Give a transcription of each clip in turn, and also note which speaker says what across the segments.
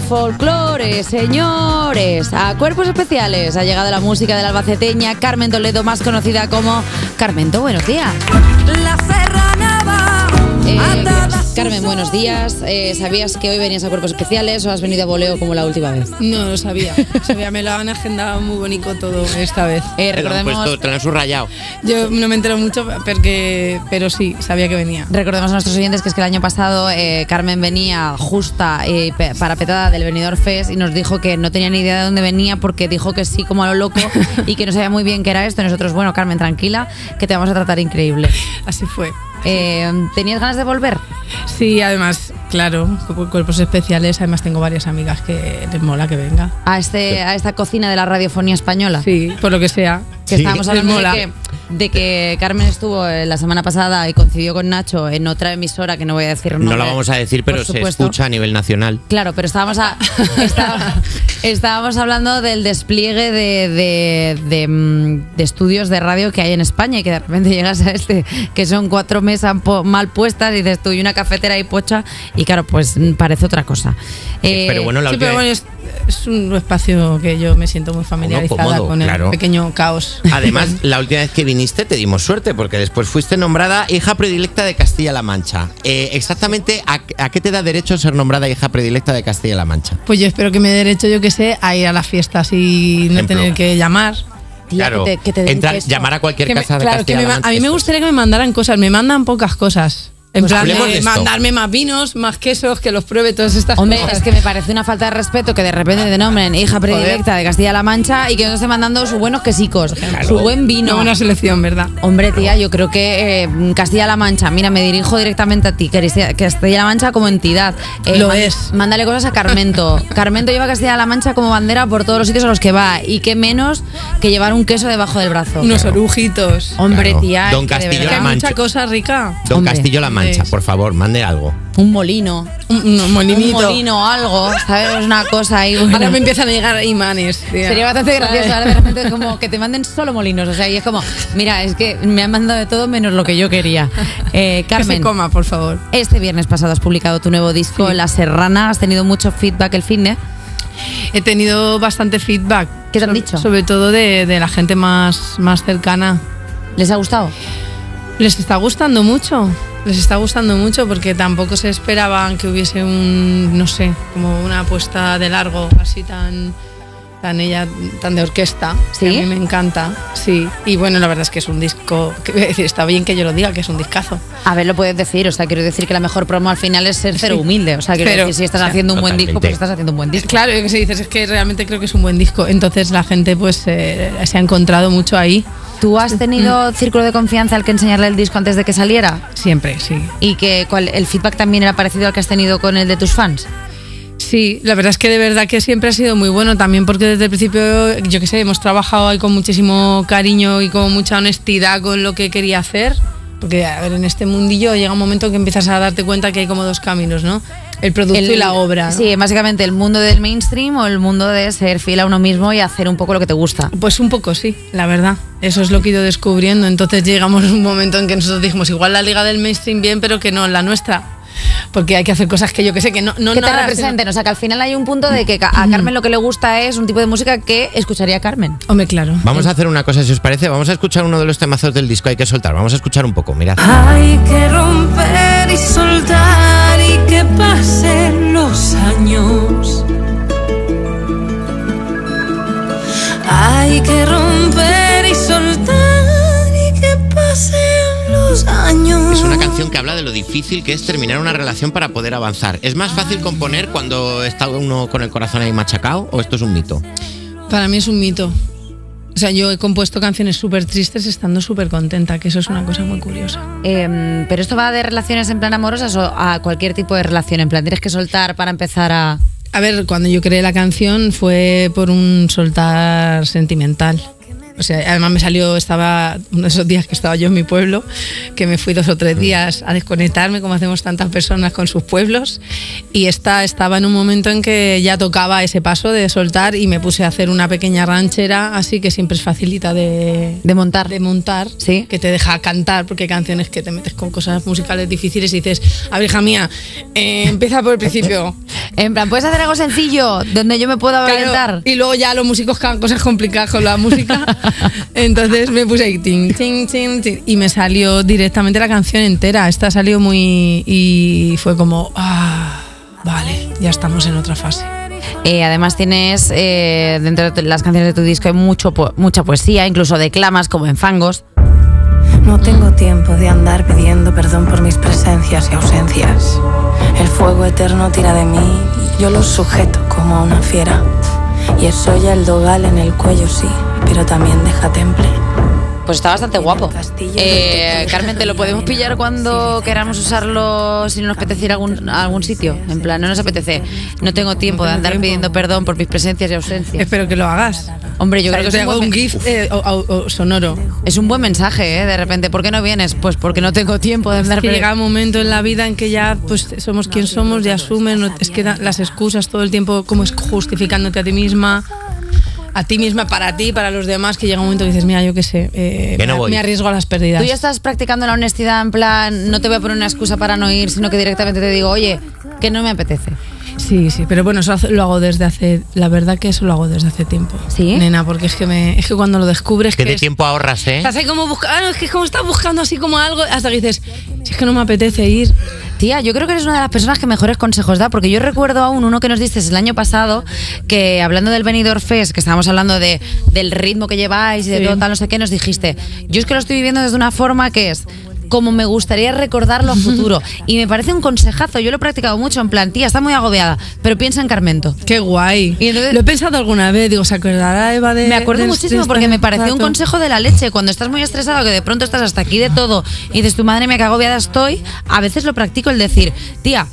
Speaker 1: folclore, señores. A cuerpos especiales ha llegado la música de la albaceteña Carmen Toledo, más conocida como Carmento. Buenos días.
Speaker 2: La serranada.
Speaker 1: Eh, Carmen, buenos días. Eh, ¿Sabías que hoy venías a cuerpos especiales o has venido a voleo como la última vez?
Speaker 3: No lo sabía. lo sabía, me lo han agendado muy bonito todo esta vez.
Speaker 1: Eh,
Speaker 4: Te lo han
Speaker 1: recordemos,
Speaker 4: puesto, te lo han subrayado.
Speaker 3: Yo no me entero mucho, porque, pero sí, sabía que venía.
Speaker 1: recordemos a nuestros oyentes que es que el año pasado eh, Carmen venía justa eh, pe- parapetada del Benidorm Fest y nos dijo que no tenía ni idea de dónde venía porque dijo que sí como a lo loco y que no sabía muy bien qué era esto. Y nosotros, bueno, Carmen, tranquila, que te vamos a tratar increíble.
Speaker 3: Así fue.
Speaker 1: Eh, ¿Tenías ganas de volver?
Speaker 3: Sí, además, claro, cu- cuerpos especiales, además tengo varias amigas que les mola que venga.
Speaker 1: a, este, a esta cocina de la radiofonía española.
Speaker 3: Sí, por lo que sea.
Speaker 1: Que
Speaker 4: Sí.
Speaker 1: estábamos
Speaker 3: Les
Speaker 1: hablando de
Speaker 3: mola.
Speaker 1: que, de que Carmen estuvo eh, la semana pasada y coincidió con Nacho en otra emisora que no voy a decir
Speaker 4: No
Speaker 1: nombre,
Speaker 4: la vamos a decir, pero
Speaker 1: por
Speaker 4: se
Speaker 1: supuesto.
Speaker 4: escucha a nivel nacional.
Speaker 1: Claro, pero estábamos, a- estábamos, estábamos hablando del despliegue de, de- de, mm, de estudios de radio que hay en España y que de repente llegas a este, que son cuatro mesas po- mal puestas y dices tú y una cafetera y pocha y claro, pues mm, parece otra cosa. Eh,
Speaker 4: pero bueno, la
Speaker 3: Sí, pero
Speaker 4: última
Speaker 3: bueno,
Speaker 4: vez-
Speaker 3: es, es un espacio que yo me siento muy familiarizada
Speaker 4: cómodo,
Speaker 3: con el
Speaker 4: pues claro.
Speaker 3: pequeño caos.
Speaker 4: Además, la última vez que viniste te dimos suerte porque después fuiste nombrada hija predilecta de Castilla-La Mancha. Eh, exactamente, a, a qué te da derecho ser nombrada hija predilecta de Castilla-La Mancha?
Speaker 3: Pues yo espero que me dé derecho, yo que sé, a ir a las fiestas y no
Speaker 4: Ejemplo.
Speaker 3: tener que llamar.
Speaker 1: tía, que te- que te den
Speaker 4: entrar,
Speaker 1: queso.
Speaker 4: llamar a cualquier
Speaker 3: Que me-
Speaker 4: casa de
Speaker 3: claro, que me
Speaker 4: Castilla-La
Speaker 3: ma-
Speaker 4: Mancha.
Speaker 3: a mí me
Speaker 4: Eso.
Speaker 3: gustaría que me mandaran cosas, me mandan pocas cosas. En
Speaker 1: Pues
Speaker 3: plan,
Speaker 4: hablemos de
Speaker 3: de
Speaker 4: esto.
Speaker 3: mandarme más vinos, más quesos, que los pruebe todas estas
Speaker 1: Hombre,
Speaker 3: cosas.
Speaker 1: es que me parece una falta de respeto que de repente te nombren hija predilecta de Castilla-La Mancha y que no esté mandando sus buenos quesicos, su buen
Speaker 3: no,
Speaker 1: vino.
Speaker 3: una selección, ¿verdad?
Speaker 1: Hombre, tía, yo creo que eh, Castilla-La Mancha, mira, me dirijo directamente a ti, Castilla- Castilla-La Mancha como entidad. Eh,
Speaker 3: Lo es.
Speaker 1: Mándale cosas a Carmento. Carmento lleva Castilla-La Mancha como bandera por todos los sitios a los que va. Y qué menos que llevar un queso debajo del brazo.
Speaker 3: Unos orujitos.
Speaker 1: Hombre,
Speaker 4: Claro.
Speaker 1: tía, es
Speaker 4: Don
Speaker 1: que de
Speaker 4: Castillo-La
Speaker 1: verdad-
Speaker 3: Hay
Speaker 4: Mancha.
Speaker 3: mucha cosa rica.
Speaker 4: Don
Speaker 1: Hombre, pues-
Speaker 4: Castillo-La
Speaker 3: es-
Speaker 4: Mancha, por favor, mande algo.
Speaker 1: un molino.
Speaker 3: Un, un molinito.
Speaker 1: Un molino o algo, ¿sabes? Una cosa ahí. bueno.
Speaker 3: Ahora me empiezan a llegar imanes. tía.
Speaker 1: Sería bastante gracioso ahora de repente como que te manden solo molinos, o sea, y es como, mira, es que me han mandado de todo menos lo que yo quería. Eh,
Speaker 3: Que se
Speaker 1: Carmen,
Speaker 3: coma, por favor.
Speaker 1: este viernes pasado has publicado tu nuevo disco, La Serrana, has tenido mucho feedback el fin de...
Speaker 3: He tenido bastante feedback.
Speaker 1: ¿Qué te han
Speaker 3: Sobre-
Speaker 1: dicho?
Speaker 3: Sobre todo de, de la gente más, más cercana.
Speaker 1: ¿Les ha gustado?
Speaker 3: Les está gustando mucho, les está gustando mucho porque tampoco se esperaban que hubiese un, no sé, como una apuesta de largo así tan, tan ella, tan de orquesta. que
Speaker 1: ¿Sí?
Speaker 3: a mí me encanta, sí. Y bueno, la verdad es que es un disco, que, es decir, está bien que yo lo diga, que es un discazo.
Speaker 1: A ver, lo puedes decir, o sea, quiero decir que la mejor promo al final es ser cero
Speaker 3: Sí.
Speaker 1: humilde, o sea, quiero
Speaker 3: Pero,
Speaker 1: decir, si estás
Speaker 3: o sea,
Speaker 1: haciendo un buen disco, pues
Speaker 4: totalmente.
Speaker 1: estás haciendo un buen disco.
Speaker 3: Claro, yo que se dices es que realmente creo que es un buen disco. Entonces la gente pues eh, se ha encontrado mucho ahí,
Speaker 1: ¿Tú has tenido círculo de confianza al que enseñarle el disco antes de que saliera?
Speaker 3: siempre, sí.
Speaker 1: ¿Y que cuál- el feedback también era parecido al que has tenido con el de tus fans?
Speaker 3: Sí, la verdad es que de verdad que siempre ha sido muy bueno también porque desde el principio, yo qué sé, hemos trabajado ahí con muchísimo cariño y con mucha honestidad con lo que quería hacer. Porque, a ver, en este mundillo llega un momento que empiezas a darte cuenta que hay como dos caminos, ¿no? El producto
Speaker 1: El-
Speaker 3: y la obra. ¿no?
Speaker 1: Sí, básicamente el mundo del mainstream o el mundo de ser fiel a uno mismo y hacer un poco lo que te gusta.
Speaker 3: Pues un poco sí, la verdad. Eso es lo que he ido descubriendo. Entonces llegamos a un momento en que nosotros dijimos, igual la liga del mainstream bien, pero que no la nuestra. Porque hay que hacer cosas que yo qué sé, que no, no
Speaker 1: que te
Speaker 3: nada, sino-
Speaker 1: representen. O sea, que al final hay un punto de que ca- a Carmen lo que le gusta es un tipo de música que escucharía Carmen.
Speaker 3: Hombre, claro.
Speaker 4: Vamos a hacer una cosa, si os parece, vamos a escuchar uno de los temazos del disco, hay que soltar, vamos a escuchar un poco, mirad.
Speaker 2: Hay que romper y soltar y que pasen los años. Hay que romper y soltar y que pasen los años.
Speaker 4: Es una canción que habla de lo difícil que es terminar una relación para poder avanzar. ¿Es más fácil componer cuando está uno con el corazón ahí machacado o esto es un mito?
Speaker 3: Para mí es un mito. O sea, yo he compuesto canciones súper tristes estando súper contenta, que eso es una cosa muy curiosa.
Speaker 1: Em, pero esto va de relaciones en plan amorosas o a cualquier tipo de relación. En plan, tienes que soltar para empezar a.
Speaker 3: A ver, cuando yo creé la canción fue por un soltar sentimental. O sea, además me salió, estaba uno de esos días que estaba yo en mi pueblo, que me fui dos o tres días a desconectarme, como hacemos tantas personas con sus pueblos. Y esta estaba en un momento en que ya tocaba ese paso de soltar y me puse a hacer una pequeña ranchera, así que siempre es facilita de,
Speaker 1: De montar.
Speaker 3: de montar,
Speaker 1: Sí.
Speaker 3: que te deja cantar, porque hay canciones que te metes con cosas musicales difíciles y dices, a ver, hija mía, eh, empieza por el principio.
Speaker 1: En plan, ¿puedes hacer algo sencillo donde yo me pueda
Speaker 3: Claro,
Speaker 1: orientar?
Speaker 3: y luego ya los músicos can cosas complicadas con la música. Entonces me puse ahí, ting, ting, ting, ting, y me salió directamente la canción entera. Esta salió muy. y fue como, ah, vale, ya estamos en otra fase.
Speaker 1: Eh, además tienes eh, dentro de las canciones de tu disco hay mucho po- mucha poesía, incluso declamas como en Fangos.
Speaker 2: No tengo tiempo de andar pidiendo perdón por mis presencias y ausencias. El fuego eterno tira de mí, yo lo sujeto como a una fiera. Y eso ya el dogal en el cuello sí, pero también deja temple.
Speaker 1: Pues está bastante guapo.
Speaker 2: Castillo
Speaker 1: Eh,
Speaker 2: del-
Speaker 1: Carmen, ¿te lo podemos pillar cuando queramos usarlo si no nos apetece ir a algún, a algún sitio? En plan, no nos apetece. No tengo tiempo de andar pidiendo perdón por mis presencias y ausencias.
Speaker 3: Espero que lo hagas.
Speaker 1: Hombre, yo
Speaker 3: O sea,
Speaker 1: creo que
Speaker 3: te
Speaker 1: es un,
Speaker 3: hago
Speaker 1: buen,
Speaker 3: un GIF eh, o- o- o sonoro.
Speaker 1: es un buen mensaje, ¿eh? De repente, ¿por qué no vienes? Pues porque no tengo tiempo de andar
Speaker 3: que
Speaker 1: per-
Speaker 3: llega un momento en la vida en que ya pues somos quien somos, ya asumen, no- es que da- las excusas todo el tiempo como es justificándote a ti misma, a ti misma, para ti, para los demás, que llega un momento que dices, mira, yo qué sé, eh,
Speaker 4: Que no
Speaker 3: me-
Speaker 4: voy".
Speaker 3: me arriesgo a las pérdidas.
Speaker 1: Tú ya estás practicando la honestidad en plan, no te voy a poner una excusa para no ir, sino que directamente te digo, oye, que no me apetece.
Speaker 3: Sí, sí, pero bueno, eso hace- lo hago desde hace, la verdad que eso lo hago desde hace tiempo.
Speaker 1: ¿Sí?
Speaker 3: Nena, porque es que, me, es que cuando lo descubres...
Speaker 4: Que
Speaker 3: que
Speaker 4: de
Speaker 3: es-
Speaker 4: tiempo ahorras, ¿eh?
Speaker 3: Estás ahí como buscando, es que es como estás buscando así como algo, hasta que dices, si es que no me apetece ir.
Speaker 1: Tía, yo creo que eres una de las personas que mejores consejos da, porque yo recuerdo aún uno que nos diste el año pasado, que hablando del Benidorm Fest, que estábamos hablando de, del ritmo que lleváis y de
Speaker 3: Sí.
Speaker 1: todo tal, no sé qué, nos dijiste, yo es que lo estoy viviendo desde una forma que es como me gustaría recordarlo a futuro. Y me parece un consejazo, yo lo he practicado mucho, en plan, tía, está muy agobiada, pero piensa en Carmento.
Speaker 3: Qué guay.
Speaker 1: Y entonces-
Speaker 3: lo he pensado alguna vez, digo, ¿se acordará Eva de.?
Speaker 1: Me acuerdo
Speaker 3: de-
Speaker 1: Eh, muchísimo
Speaker 3: de
Speaker 1: porque me
Speaker 3: este
Speaker 1: pareció un
Speaker 3: rato?
Speaker 1: consejo de la leche. Cuando estás muy estresado, que de pronto estás hasta aquí de todo y dices, tu madre me que agobiada estoy, a veces lo practico el decir, tía,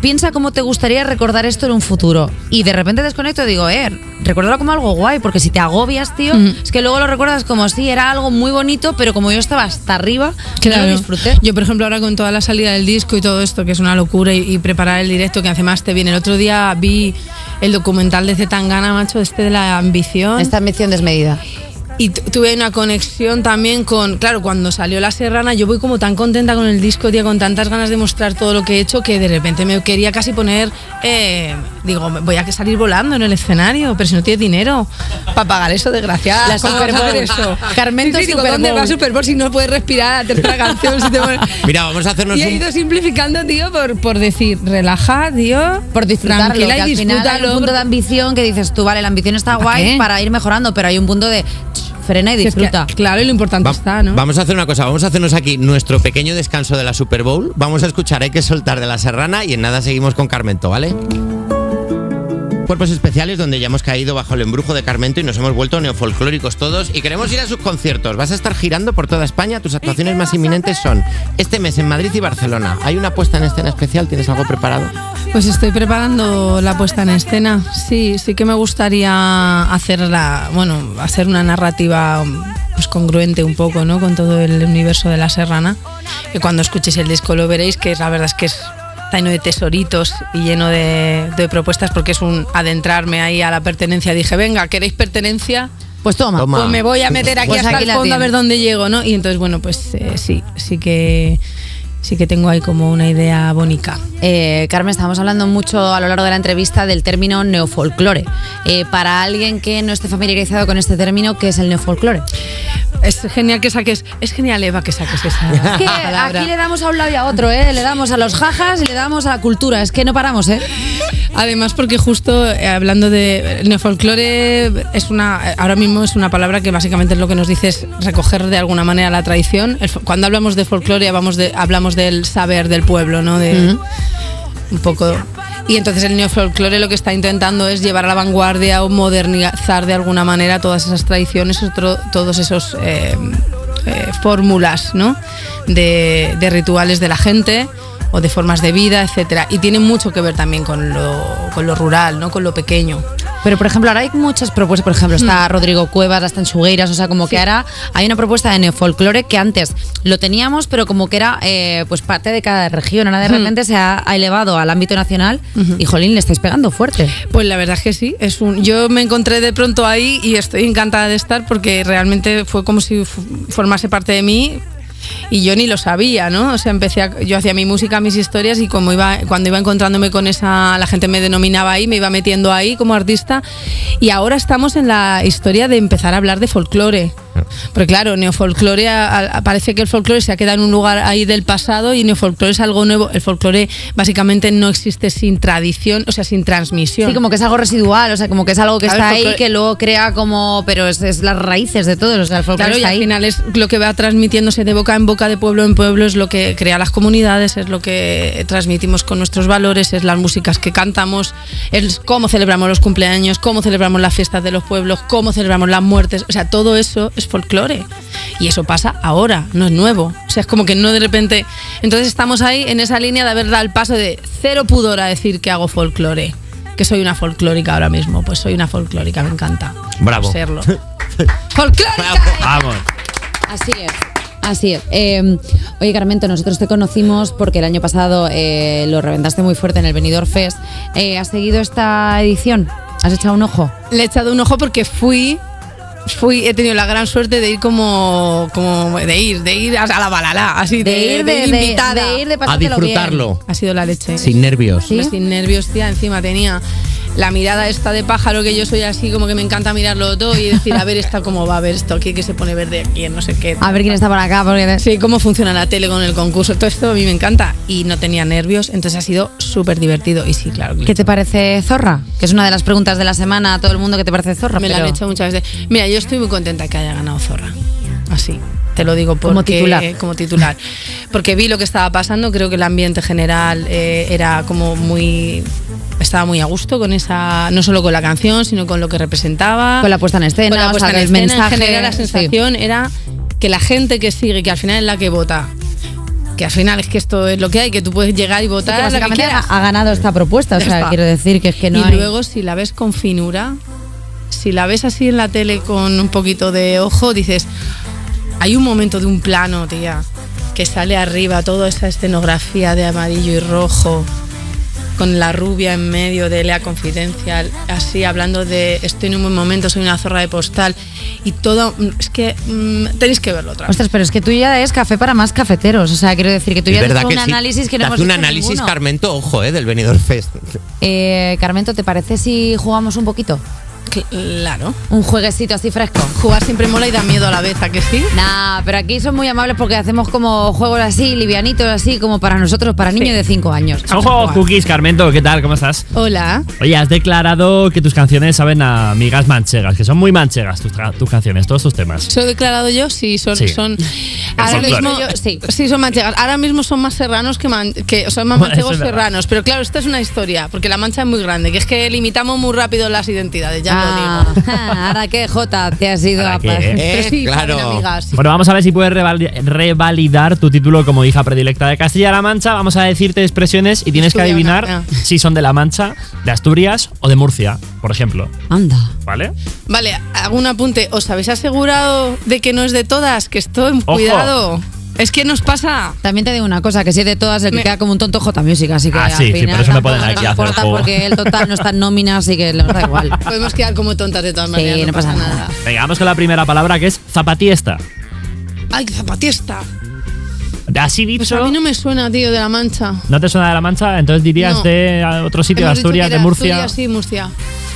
Speaker 1: piensa cómo te gustaría recordar esto en un futuro. Y de repente desconecto y digo, eh, recuérdalo como algo guay, porque si te agobias, tío,
Speaker 3: Mm.
Speaker 1: es que luego lo recuerdas como si era algo muy bonito, pero como yo estaba hasta arriba, claro.
Speaker 3: Claro.
Speaker 1: lo disfruté.
Speaker 3: Yo, por ejemplo, ahora con toda la salida del disco y todo esto, que es una locura, y, y preparar el directo, que además te viene. El otro día vi el documental de Zetangana, macho, este de la ambición.
Speaker 1: Esta ambición desmedida.
Speaker 3: Y tu- tuve una conexión también con, claro, cuando salió La Serrana, yo voy como tan contenta con el disco, tía, con tantas ganas de mostrar todo lo que he hecho, que de repente me quería casi poner, eh, digo, me- voy a que salir volando en el escenario, pero si no tienes dinero para pagar eso, desgraciada.
Speaker 1: La
Speaker 3: ¿cómo
Speaker 1: Super
Speaker 3: vas a hacer
Speaker 1: Bowl.
Speaker 3: eso?
Speaker 1: Carmento
Speaker 3: Sí, sí, digo,
Speaker 1: Super
Speaker 3: ¿dónde
Speaker 1: Bowl.
Speaker 3: va Super Bowl si no puedes respirar la tercera canción? si te pones-
Speaker 4: Mira, vamos a hacernos
Speaker 3: y he
Speaker 4: un...
Speaker 3: ido simplificando, tío, por, por decir, relaja, tío.
Speaker 1: Por disfrutarlo,
Speaker 3: tranquila
Speaker 1: que
Speaker 3: y
Speaker 1: al final hay
Speaker 3: disfrútalo,
Speaker 1: un punto de ambición que dices tú, vale, la ambición está guay
Speaker 3: qué?
Speaker 1: para ir mejorando, pero hay un punto de "Ch, frena y
Speaker 3: porque es que-
Speaker 1: disfruta.
Speaker 3: claro, y lo importante
Speaker 4: Va-
Speaker 3: está, ¿no?
Speaker 4: Vamos a hacer una cosa, vamos a hacernos aquí nuestro pequeño descanso de la Super Bowl. Vamos a escuchar Hay que soltar de la Serrana y en nada seguimos con Carmento, ¿vale? Cuerpos especiales donde ya hemos caído bajo el embrujo de Carmento y nos hemos vuelto neofolclóricos todos y queremos ir a sus conciertos. Vas a estar girando por toda España. Tus actuaciones más inminentes son este mes en Madrid y Barcelona. Hay una puesta en escena especial. ¿Tienes algo preparado?
Speaker 3: Pues estoy preparando la puesta en escena. Sí, sí que me gustaría hacerla, bueno, hacer una narrativa pues congruente un poco, ¿no? Con todo el universo de la Serrana. Que cuando escuchéis el disco lo veréis, que la verdad es que es está lleno de tesoritos y lleno de, de propuestas porque es un adentrarme ahí a la pertenencia. Dije, venga, ¿queréis pertenencia?
Speaker 1: Pues toma.
Speaker 4: Toma.
Speaker 3: Pues me voy a meter aquí
Speaker 1: Pues
Speaker 3: hasta
Speaker 1: aquí
Speaker 3: el
Speaker 1: la
Speaker 3: fondo a ver
Speaker 1: tienes.
Speaker 3: dónde llego, ¿no? Y entonces, bueno, pues eh, sí, sí que sí que tengo ahí como una idea bonita.
Speaker 1: Eh, Carmen, estamos hablando mucho a lo largo de la entrevista del término neofolclore. Eh, para alguien que no esté familiarizado con este término, ¿qué es el neofolclore?
Speaker 3: Es genial que saques, es genial Eva que saques esa
Speaker 1: Que
Speaker 3: palabra.
Speaker 1: aquí le damos a un lado y a otro, ¿eh? Le damos a los jajas y le damos a la cultura. Es que no paramos, ¿eh?
Speaker 3: Además porque justo eh, hablando de neofolclore es una eh, ahora mismo es una palabra que básicamente es lo que nos dice es recoger de alguna manera la tradición. El fo- Cuando hablamos de folclore hablamos de hablamos del saber del pueblo, ¿no? De un poco y entonces el neofolclore lo que está intentando es llevar a la vanguardia o modernizar de alguna manera todas esas tradiciones, otro- todos esos eh, eh, fórmulas ¿no? de, de rituales de la gente o de formas de vida, etcétera. Y tiene mucho que ver también con lo, con lo rural, ¿no? con lo pequeño.
Speaker 1: Pero, por ejemplo, ahora hay muchas propuestas. Por ejemplo, está Rodrigo Cuevas, está en Sugueiras. O sea, como que ahora hay una propuesta en el folclore que antes lo teníamos, pero como que era eh, pues parte de cada región. Ahora de repente se ha ha elevado al ámbito nacional y, jolín, le estáis pegando fuerte.
Speaker 3: Pues la verdad es que sí, es un yo me encontré de pronto ahí y estoy encantada de estar porque realmente fue como si fu- formase parte de mí y yo ni lo sabía, ¿no? O sea, empecé a- yo hacía mi música, mis historias y como iba cuando iba encontrándome con esa la gente me denominaba ahí, me iba metiendo ahí como artista y ahora estamos en la historia de empezar a hablar de folclore. Porque claro, neofolclore a- a- parece que el folclore se ha quedado en un lugar ahí del pasado y neofolclore es algo nuevo. El folclore básicamente no existe sin tradición, o sea, sin transmisión.
Speaker 1: Sí, como que es algo residual, o sea, como que es algo que
Speaker 3: Claro,
Speaker 1: está
Speaker 3: el
Speaker 1: ahí,
Speaker 3: folclore-
Speaker 1: que luego crea como. Pero es, es las raíces de todo, o sea, el folclore
Speaker 3: Claro, y
Speaker 1: está
Speaker 3: al
Speaker 1: ahí.
Speaker 3: final es lo que va transmitiéndose de boca en boca, de pueblo en pueblo, es lo que crea las comunidades, es lo que transmitimos con nuestros valores, es las músicas que cantamos, es cómo celebramos los cumpleaños, cómo celebramos las fiestas de los pueblos, cómo celebramos las muertes, o sea, todo eso es folclore. Y eso pasa ahora, no es nuevo. O sea, es como que no de repente... Entonces estamos ahí en esa línea de haber dado el paso de cero pudor a decir que hago folclore. Que soy una folclórica ahora mismo, pues soy una folclórica, me encanta
Speaker 4: Bravo.
Speaker 3: serlo. ¡Folclórica!
Speaker 4: Vamos. Ah.
Speaker 1: Así es. Así es. Eh, oye, Carmento, nosotros te conocimos porque el año pasado eh, lo reventaste muy fuerte en el Benidorm Fest. Eh, ¿Has seguido esta edición? ¿Has echado un ojo?
Speaker 3: le he echado un ojo porque fui fui he tenido la gran suerte de ir como como de ir de ir a a la balala así de, de invitada
Speaker 1: de ir de
Speaker 4: A
Speaker 1: pasártelo bien.
Speaker 4: disfrutarlo.
Speaker 3: ha sido la leche
Speaker 4: Sin nervios.
Speaker 1: ¿Sí?
Speaker 3: Hombre, sin nervios tía encima tenía la mirada esta de pájaro que yo soy así como que me encanta mirarlo todo y decir a ver esta cómo va a ver esto aquí que se pone verde aquí no sé qué
Speaker 1: A ver quién está por acá. Porque
Speaker 3: Sí, cómo funciona la tele con el concurso, todo esto a mí me encanta. Y no tenía nervios, entonces ha sido súper divertido. Y sí, claro. que le
Speaker 1: ¿Qué te parece Zorra? Que es una de las preguntas de la semana a todo el mundo. ¿Qué te parece Zorra?
Speaker 3: Ah, Me la
Speaker 1: Pero-
Speaker 3: han hecho muchas veces. Mira, yo estoy muy contenta que haya ganado Zorra. Así. Te lo digo porque,
Speaker 1: Como titular.
Speaker 3: como titular. Porque vi lo que estaba pasando, creo que el ambiente general eh, era como muy. Estaba muy a gusto con esa. No solo con la canción, sino con lo que representaba.
Speaker 1: Con la puesta en escena,
Speaker 3: Con la
Speaker 1: o
Speaker 3: puesta
Speaker 1: sea,
Speaker 3: en
Speaker 1: el
Speaker 3: escena.
Speaker 1: mensaje,
Speaker 3: En general, la
Speaker 1: sí.
Speaker 3: sensación era que la gente que sigue, que al final es la que vota. Que al final es que esto es lo que hay, que tú puedes llegar y
Speaker 1: Sí, que
Speaker 3: votar. a la que
Speaker 1: básicamente ha
Speaker 3: quieras.
Speaker 1: ha ganado esta propuesta. O
Speaker 3: Ya
Speaker 1: sea,
Speaker 3: está.
Speaker 1: quiero decir que es que no
Speaker 3: y
Speaker 1: hay-
Speaker 3: luego si la ves con finura, si la ves así en la tele con un poquito de ojo, dices, hay un momento de un plano, tía, que sale arriba toda esa escenografía de amarillo y rojo, con la rubia en medio de Lea Confidencial, así hablando de estoy en un buen momento, soy una zorra de postal, y todo, es que mm, tenéis que verlo otra vez.
Speaker 1: Ostras, pero es que tú ya es café para más cafeteros. O sea, quiero decir que tú
Speaker 4: Es
Speaker 1: ya
Speaker 4: verdad
Speaker 1: has hecho
Speaker 4: que
Speaker 1: un
Speaker 4: sí.
Speaker 1: análisis que
Speaker 4: Te
Speaker 1: no hemos
Speaker 4: hace un
Speaker 1: hecho
Speaker 4: análisis,
Speaker 1: ninguno.
Speaker 4: Carmento, ojo, eh, del Benidorm Fest.
Speaker 1: Eh, Carmento, ¿te parece si jugamos un poquito?
Speaker 3: Claro.
Speaker 1: Un jueguecito así fresco.
Speaker 3: Jugar siempre mola y da miedo a la vez, ¿a que sí?
Speaker 1: Nah, pero aquí son muy amables porque hacemos como juegos así, livianitos, así como para nosotros, para niños de 5 años.
Speaker 5: Han jugado cookies, Carmento, ¿qué tal? ¿Cómo estás?
Speaker 3: Hola.
Speaker 5: Oye, has declarado que tus canciones saben a amigas manchegas, que son muy manchegas tus, tra- tus canciones, todos tus temas.
Speaker 3: ¿Se he declarado yo? Sí, son.
Speaker 5: Sí.
Speaker 3: son ahora
Speaker 5: folclore.
Speaker 3: mismo,
Speaker 1: Yo- sí.
Speaker 3: sí. son manchegas. Ahora mismo son más serranos que. man- que o sea, más
Speaker 5: Bueno, eso
Speaker 3: manchegos
Speaker 5: es verdad.
Speaker 3: serranos. Pero claro, esta es una historia, porque la mancha es muy grande, que es que limitamos muy rápido las identidades, ya
Speaker 1: Ah,
Speaker 3: lo digo.
Speaker 1: ahora que Jota te has ido
Speaker 5: Ahora
Speaker 1: a
Speaker 5: que,
Speaker 1: pa-
Speaker 5: eh.
Speaker 4: Eh,
Speaker 3: Pero sí,
Speaker 4: claro.
Speaker 3: saben, amigas, sí.
Speaker 5: Bueno, vamos a ver si puedes revali- revalidar tu título como hija predilecta de Castilla-La Mancha. Vamos a decirte expresiones y tienes que
Speaker 3: Estudia una,
Speaker 5: adivinar
Speaker 3: ah.
Speaker 5: si son de La Mancha, de Asturias o de Murcia, por ejemplo.
Speaker 1: Anda.
Speaker 5: ¿Vale?
Speaker 3: Vale, hago un apunte. ¿Os habéis asegurado de que no es de todas? Que estoy.
Speaker 5: Ojo.
Speaker 3: Cuidado. Es que nos pasa.
Speaker 1: También te digo una cosa, que si es de todas el que
Speaker 3: Me-
Speaker 1: queda como un tonto Jota Music, así que
Speaker 5: Ah,
Speaker 1: al
Speaker 5: sí, sí,
Speaker 1: final
Speaker 5: pero eso me
Speaker 1: tampoco
Speaker 5: pueden
Speaker 1: nos
Speaker 5: aquí hacer el
Speaker 1: importa
Speaker 5: juego.
Speaker 1: porque el total no está en nómina, así que nos da igual.
Speaker 3: Podemos quedar como tontas de todas
Speaker 1: Sí,
Speaker 3: maneras.
Speaker 1: no pasa nada.
Speaker 5: Venga, vamos con la primera palabra que es zapatiesta.
Speaker 3: Ay, zapatista.
Speaker 5: Así
Speaker 3: Pues
Speaker 5: dicho,
Speaker 3: a mí no
Speaker 5: no...
Speaker 3: me suena, tío, de la mancha.
Speaker 5: te suena de La Mancha? Entonces dirías
Speaker 3: No.
Speaker 5: de ah, otro sitio, de
Speaker 3: Hemos dicho
Speaker 5: Asturias,
Speaker 3: que
Speaker 5: de
Speaker 3: era
Speaker 5: Murcia.
Speaker 3: Asturias, sí, Murcia.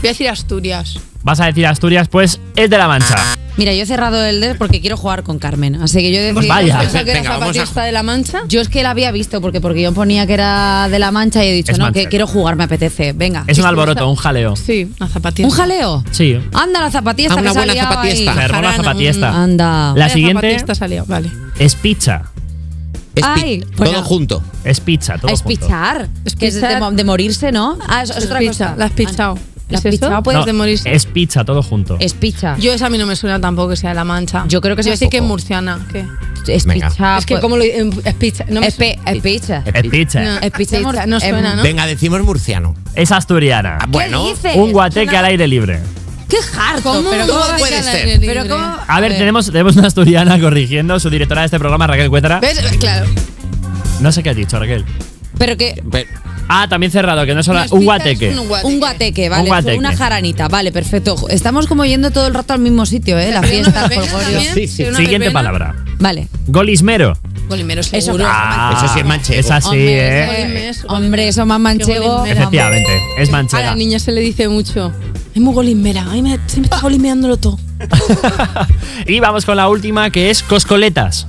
Speaker 3: Voy a decir Asturias.
Speaker 5: Vas a decir Asturias, pues es de La Mancha.
Speaker 1: Mira, yo he cerrado el de porque quiero jugar con Carmen, así que yo he decidido-
Speaker 5: vaya.
Speaker 3: Pensaba que era
Speaker 4: Venga, vamos a-
Speaker 3: zapatista de la Mancha.
Speaker 1: Yo es que la había visto porque porque yo ponía que era de la mancha y he dicho,
Speaker 5: Es
Speaker 1: no,
Speaker 5: Manchester.
Speaker 1: que quiero jugar, me apetece. Venga.
Speaker 5: Es un alboroto, un jaleo.
Speaker 3: Sí, una zapatilla.
Speaker 1: ¿Un jaleo?
Speaker 5: Sí.
Speaker 1: Anda la zapatista
Speaker 4: Ah, una
Speaker 1: que se ha
Speaker 4: buena
Speaker 1: liado ahí.
Speaker 4: zapatista.
Speaker 5: La hermana
Speaker 3: jarana,
Speaker 5: zapatiesta.
Speaker 1: Anda.
Speaker 5: La
Speaker 3: Vaya
Speaker 5: siguiente
Speaker 3: zapatista salía, vale.
Speaker 5: es pizza.
Speaker 4: Es pi-
Speaker 1: Ay, pues
Speaker 4: todo
Speaker 1: bueno.
Speaker 4: junto.
Speaker 5: Es pizza, todo
Speaker 1: es
Speaker 5: junto.
Speaker 1: pichar.
Speaker 3: Es
Speaker 1: que es de,
Speaker 3: pichar.
Speaker 1: mo- de morirse, ¿no? Ah, es, es otra cosa.
Speaker 3: La has pichado.
Speaker 1: ¿La has
Speaker 3: ¿Es eso?
Speaker 1: pichado? Pues,
Speaker 3: puedes
Speaker 5: No,
Speaker 3: de morirse.
Speaker 5: Es pizza, todo junto.
Speaker 1: Es picha.
Speaker 3: Yo esa a mí no me suena tampoco que sea de la Mancha.
Speaker 1: Yo creo que
Speaker 3: Yo sí
Speaker 1: tampoco.
Speaker 3: que es murciana. ¿Qué?
Speaker 1: es
Speaker 4: Venga.
Speaker 1: picha. pues.
Speaker 3: es que como lo. em, Es pizza. No me
Speaker 1: es, pe- es picha.
Speaker 5: Es picha.
Speaker 3: No,
Speaker 1: Es picha
Speaker 3: Pizza,
Speaker 1: mor-
Speaker 3: no suena,
Speaker 1: em,
Speaker 3: ¿no?
Speaker 4: Venga, decimos murciano.
Speaker 5: Es asturiana.
Speaker 4: Ah, bueno.
Speaker 1: dices?
Speaker 5: Un guateque al aire libre.
Speaker 1: ¡Qué harto!
Speaker 3: ¿Cómo? Ah.
Speaker 1: pero
Speaker 4: ¿Cómo
Speaker 1: ¿cómo va a
Speaker 4: puede
Speaker 1: ser?
Speaker 4: ser?
Speaker 1: Pero ¿cómo?
Speaker 5: A ver, tenemos, tenemos una asturiana corrigiendo, su directora de este programa, Raquel Cuétara.
Speaker 3: ¿Ves? Claro.
Speaker 5: No sé qué has dicho, Raquel.
Speaker 1: Pero que.
Speaker 4: Pe-
Speaker 5: Ah, también cerrado, que no es
Speaker 3: No
Speaker 5: solo
Speaker 3: es
Speaker 5: un
Speaker 3: pizza,
Speaker 5: guateque.
Speaker 3: es Un guateque.
Speaker 1: Un guateque, vale.
Speaker 5: Un guateque.
Speaker 1: Una jaranita, vale, perfecto. Estamos como yendo todo el rato al mismo sitio, ¿eh? La fiesta, el
Speaker 3: verbena
Speaker 1: jolgorio.
Speaker 3: también?
Speaker 4: Sí, sí.
Speaker 3: ¿Una
Speaker 5: Siguiente
Speaker 3: verbena?
Speaker 5: palabra.
Speaker 1: Vale.
Speaker 5: Golismero.
Speaker 3: Golimero
Speaker 1: Eso-
Speaker 3: seguro.
Speaker 5: Ah,
Speaker 4: Eso sí es manchego.
Speaker 5: Es así,
Speaker 1: hombre,
Speaker 5: ¿eh?
Speaker 3: Golimero.
Speaker 1: eh, hombre, eso más manchego.
Speaker 3: Qué
Speaker 5: Efectivamente, es
Speaker 3: A
Speaker 5: manchega.
Speaker 3: la niña se le dice mucho.
Speaker 2: Es muy golimera. Ay, me, se me
Speaker 3: Ah.
Speaker 2: está golimeándolo todo.
Speaker 5: y vamos con la última, que es coscoletas.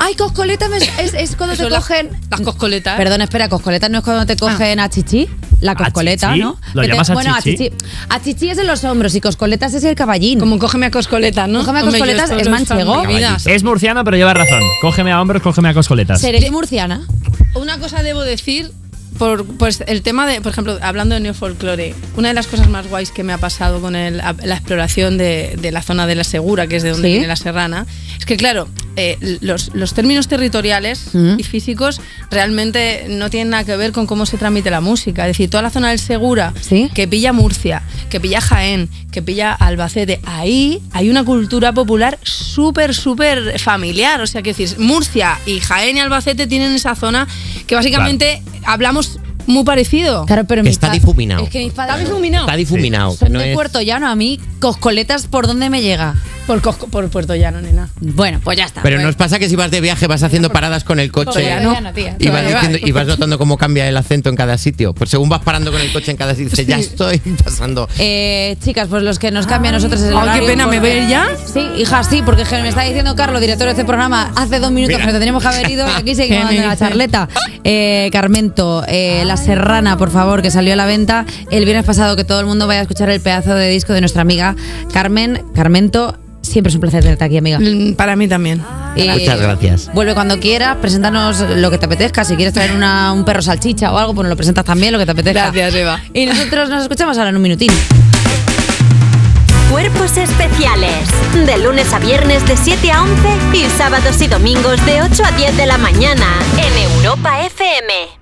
Speaker 1: Ay, coscoleta me- es, es cuando
Speaker 3: Eso,
Speaker 1: te
Speaker 3: las-
Speaker 1: cogen.
Speaker 3: Las coscoletas. Ah.
Speaker 1: Perdón, espera, coscoleta no es cuando te cogen a chichi. La coscoleta,
Speaker 5: chichi?
Speaker 1: ¿no?
Speaker 5: ¿Lo
Speaker 1: Que te-
Speaker 5: llamas a
Speaker 1: bueno,
Speaker 5: chichi?
Speaker 1: a chichi. A chichi es en los hombros y coscoletas es el caballín.
Speaker 3: Como cógeme a coscoletas, ¿no?
Speaker 1: Cógeme a
Speaker 3: Hombre, yo
Speaker 1: coscoletas,
Speaker 3: esto
Speaker 1: es
Speaker 3: no está en
Speaker 1: manchego.
Speaker 3: mi vida.
Speaker 5: Es murciano, pero lleva razón. Cógeme a hombros, cógeme a coscoletas.
Speaker 1: ¿Seré yo murciana?
Speaker 3: Una cosa debo decir, por pues, el tema de, por ejemplo, hablando de neofolclore, una de las cosas más guays que me ha pasado con el- la exploración de, de la zona de la Segura, que es de donde
Speaker 1: Sí.
Speaker 3: viene la Serrana, es que, claro, eh, los, los términos territoriales
Speaker 1: Mm.
Speaker 3: y físicos realmente no tienen nada que ver con cómo se tramite la música. Es decir, toda la zona del Segura,
Speaker 1: Sí.
Speaker 3: que pilla Murcia, que pilla Jaén, que pilla Albacete, ahí hay una cultura popular súper, súper familiar. O sea, que decir, Murcia y Jaén y Albacete tienen esa zona que básicamente hablamos muy parecido.
Speaker 1: Claro, pero
Speaker 4: Que
Speaker 1: mis
Speaker 4: está
Speaker 1: pa-
Speaker 4: difuminado.
Speaker 1: Es que mis
Speaker 3: ¿Está
Speaker 1: padres
Speaker 3: difuminado?
Speaker 4: Está difuminado. que
Speaker 1: son
Speaker 4: no
Speaker 1: de
Speaker 4: es-
Speaker 1: Puerto Llano. A mí, coscoletas, ¿por dónde me llega?
Speaker 3: Por, Cosco- por Puerto Llano, nena.
Speaker 1: Bueno, pues ya está.
Speaker 4: Pero nos pasa que si vas de viaje vas haciendo paradas con el coche
Speaker 1: Todavía no, no, tía.
Speaker 4: y vas,
Speaker 3: Todavía
Speaker 4: diciendo-
Speaker 3: va.
Speaker 4: y vas notando cómo cambia el acento en cada sitio. Pues según vas parando con el coche en cada sitio, dices, ya estoy pasando.
Speaker 1: Eh, chicas, pues los que nos cambian a nosotros es el
Speaker 3: Ay, qué
Speaker 1: horario,
Speaker 3: pena, ¿me
Speaker 1: porque-
Speaker 3: ves ya?
Speaker 1: Sí, hija, sí, porque je- me está diciendo Carlos, director de este programa, hace dos minutos
Speaker 4: Mira.
Speaker 1: que nos teníamos que haber ido y aquí seguimos
Speaker 3: ¿Qué me
Speaker 1: dando la
Speaker 3: dice?
Speaker 1: charleta. Eh, Carmento, eh, La Serrana, por favor, que salió a la venta el viernes pasado, que todo el mundo vaya a escuchar el pedazo de disco de nuestra amiga Carmen. Carmento, siempre es un placer tenerte aquí, amiga.
Speaker 3: Mm, Para mí también.
Speaker 1: Eh,
Speaker 4: Muchas gracias.
Speaker 1: Vuelve cuando quieras, preséntanos lo que te apetezca. Si quieres traer una- un perro salchicha o algo, pues nos lo presentas también, lo que te apetezca.
Speaker 3: Gracias, Eva.
Speaker 1: Y nosotros nos escuchamos ahora en un minutín.
Speaker 6: Cuerpos especiales. De lunes a viernes de 7 a 11 y sábados y domingos de 8 a 10 de la mañana en Europa FM.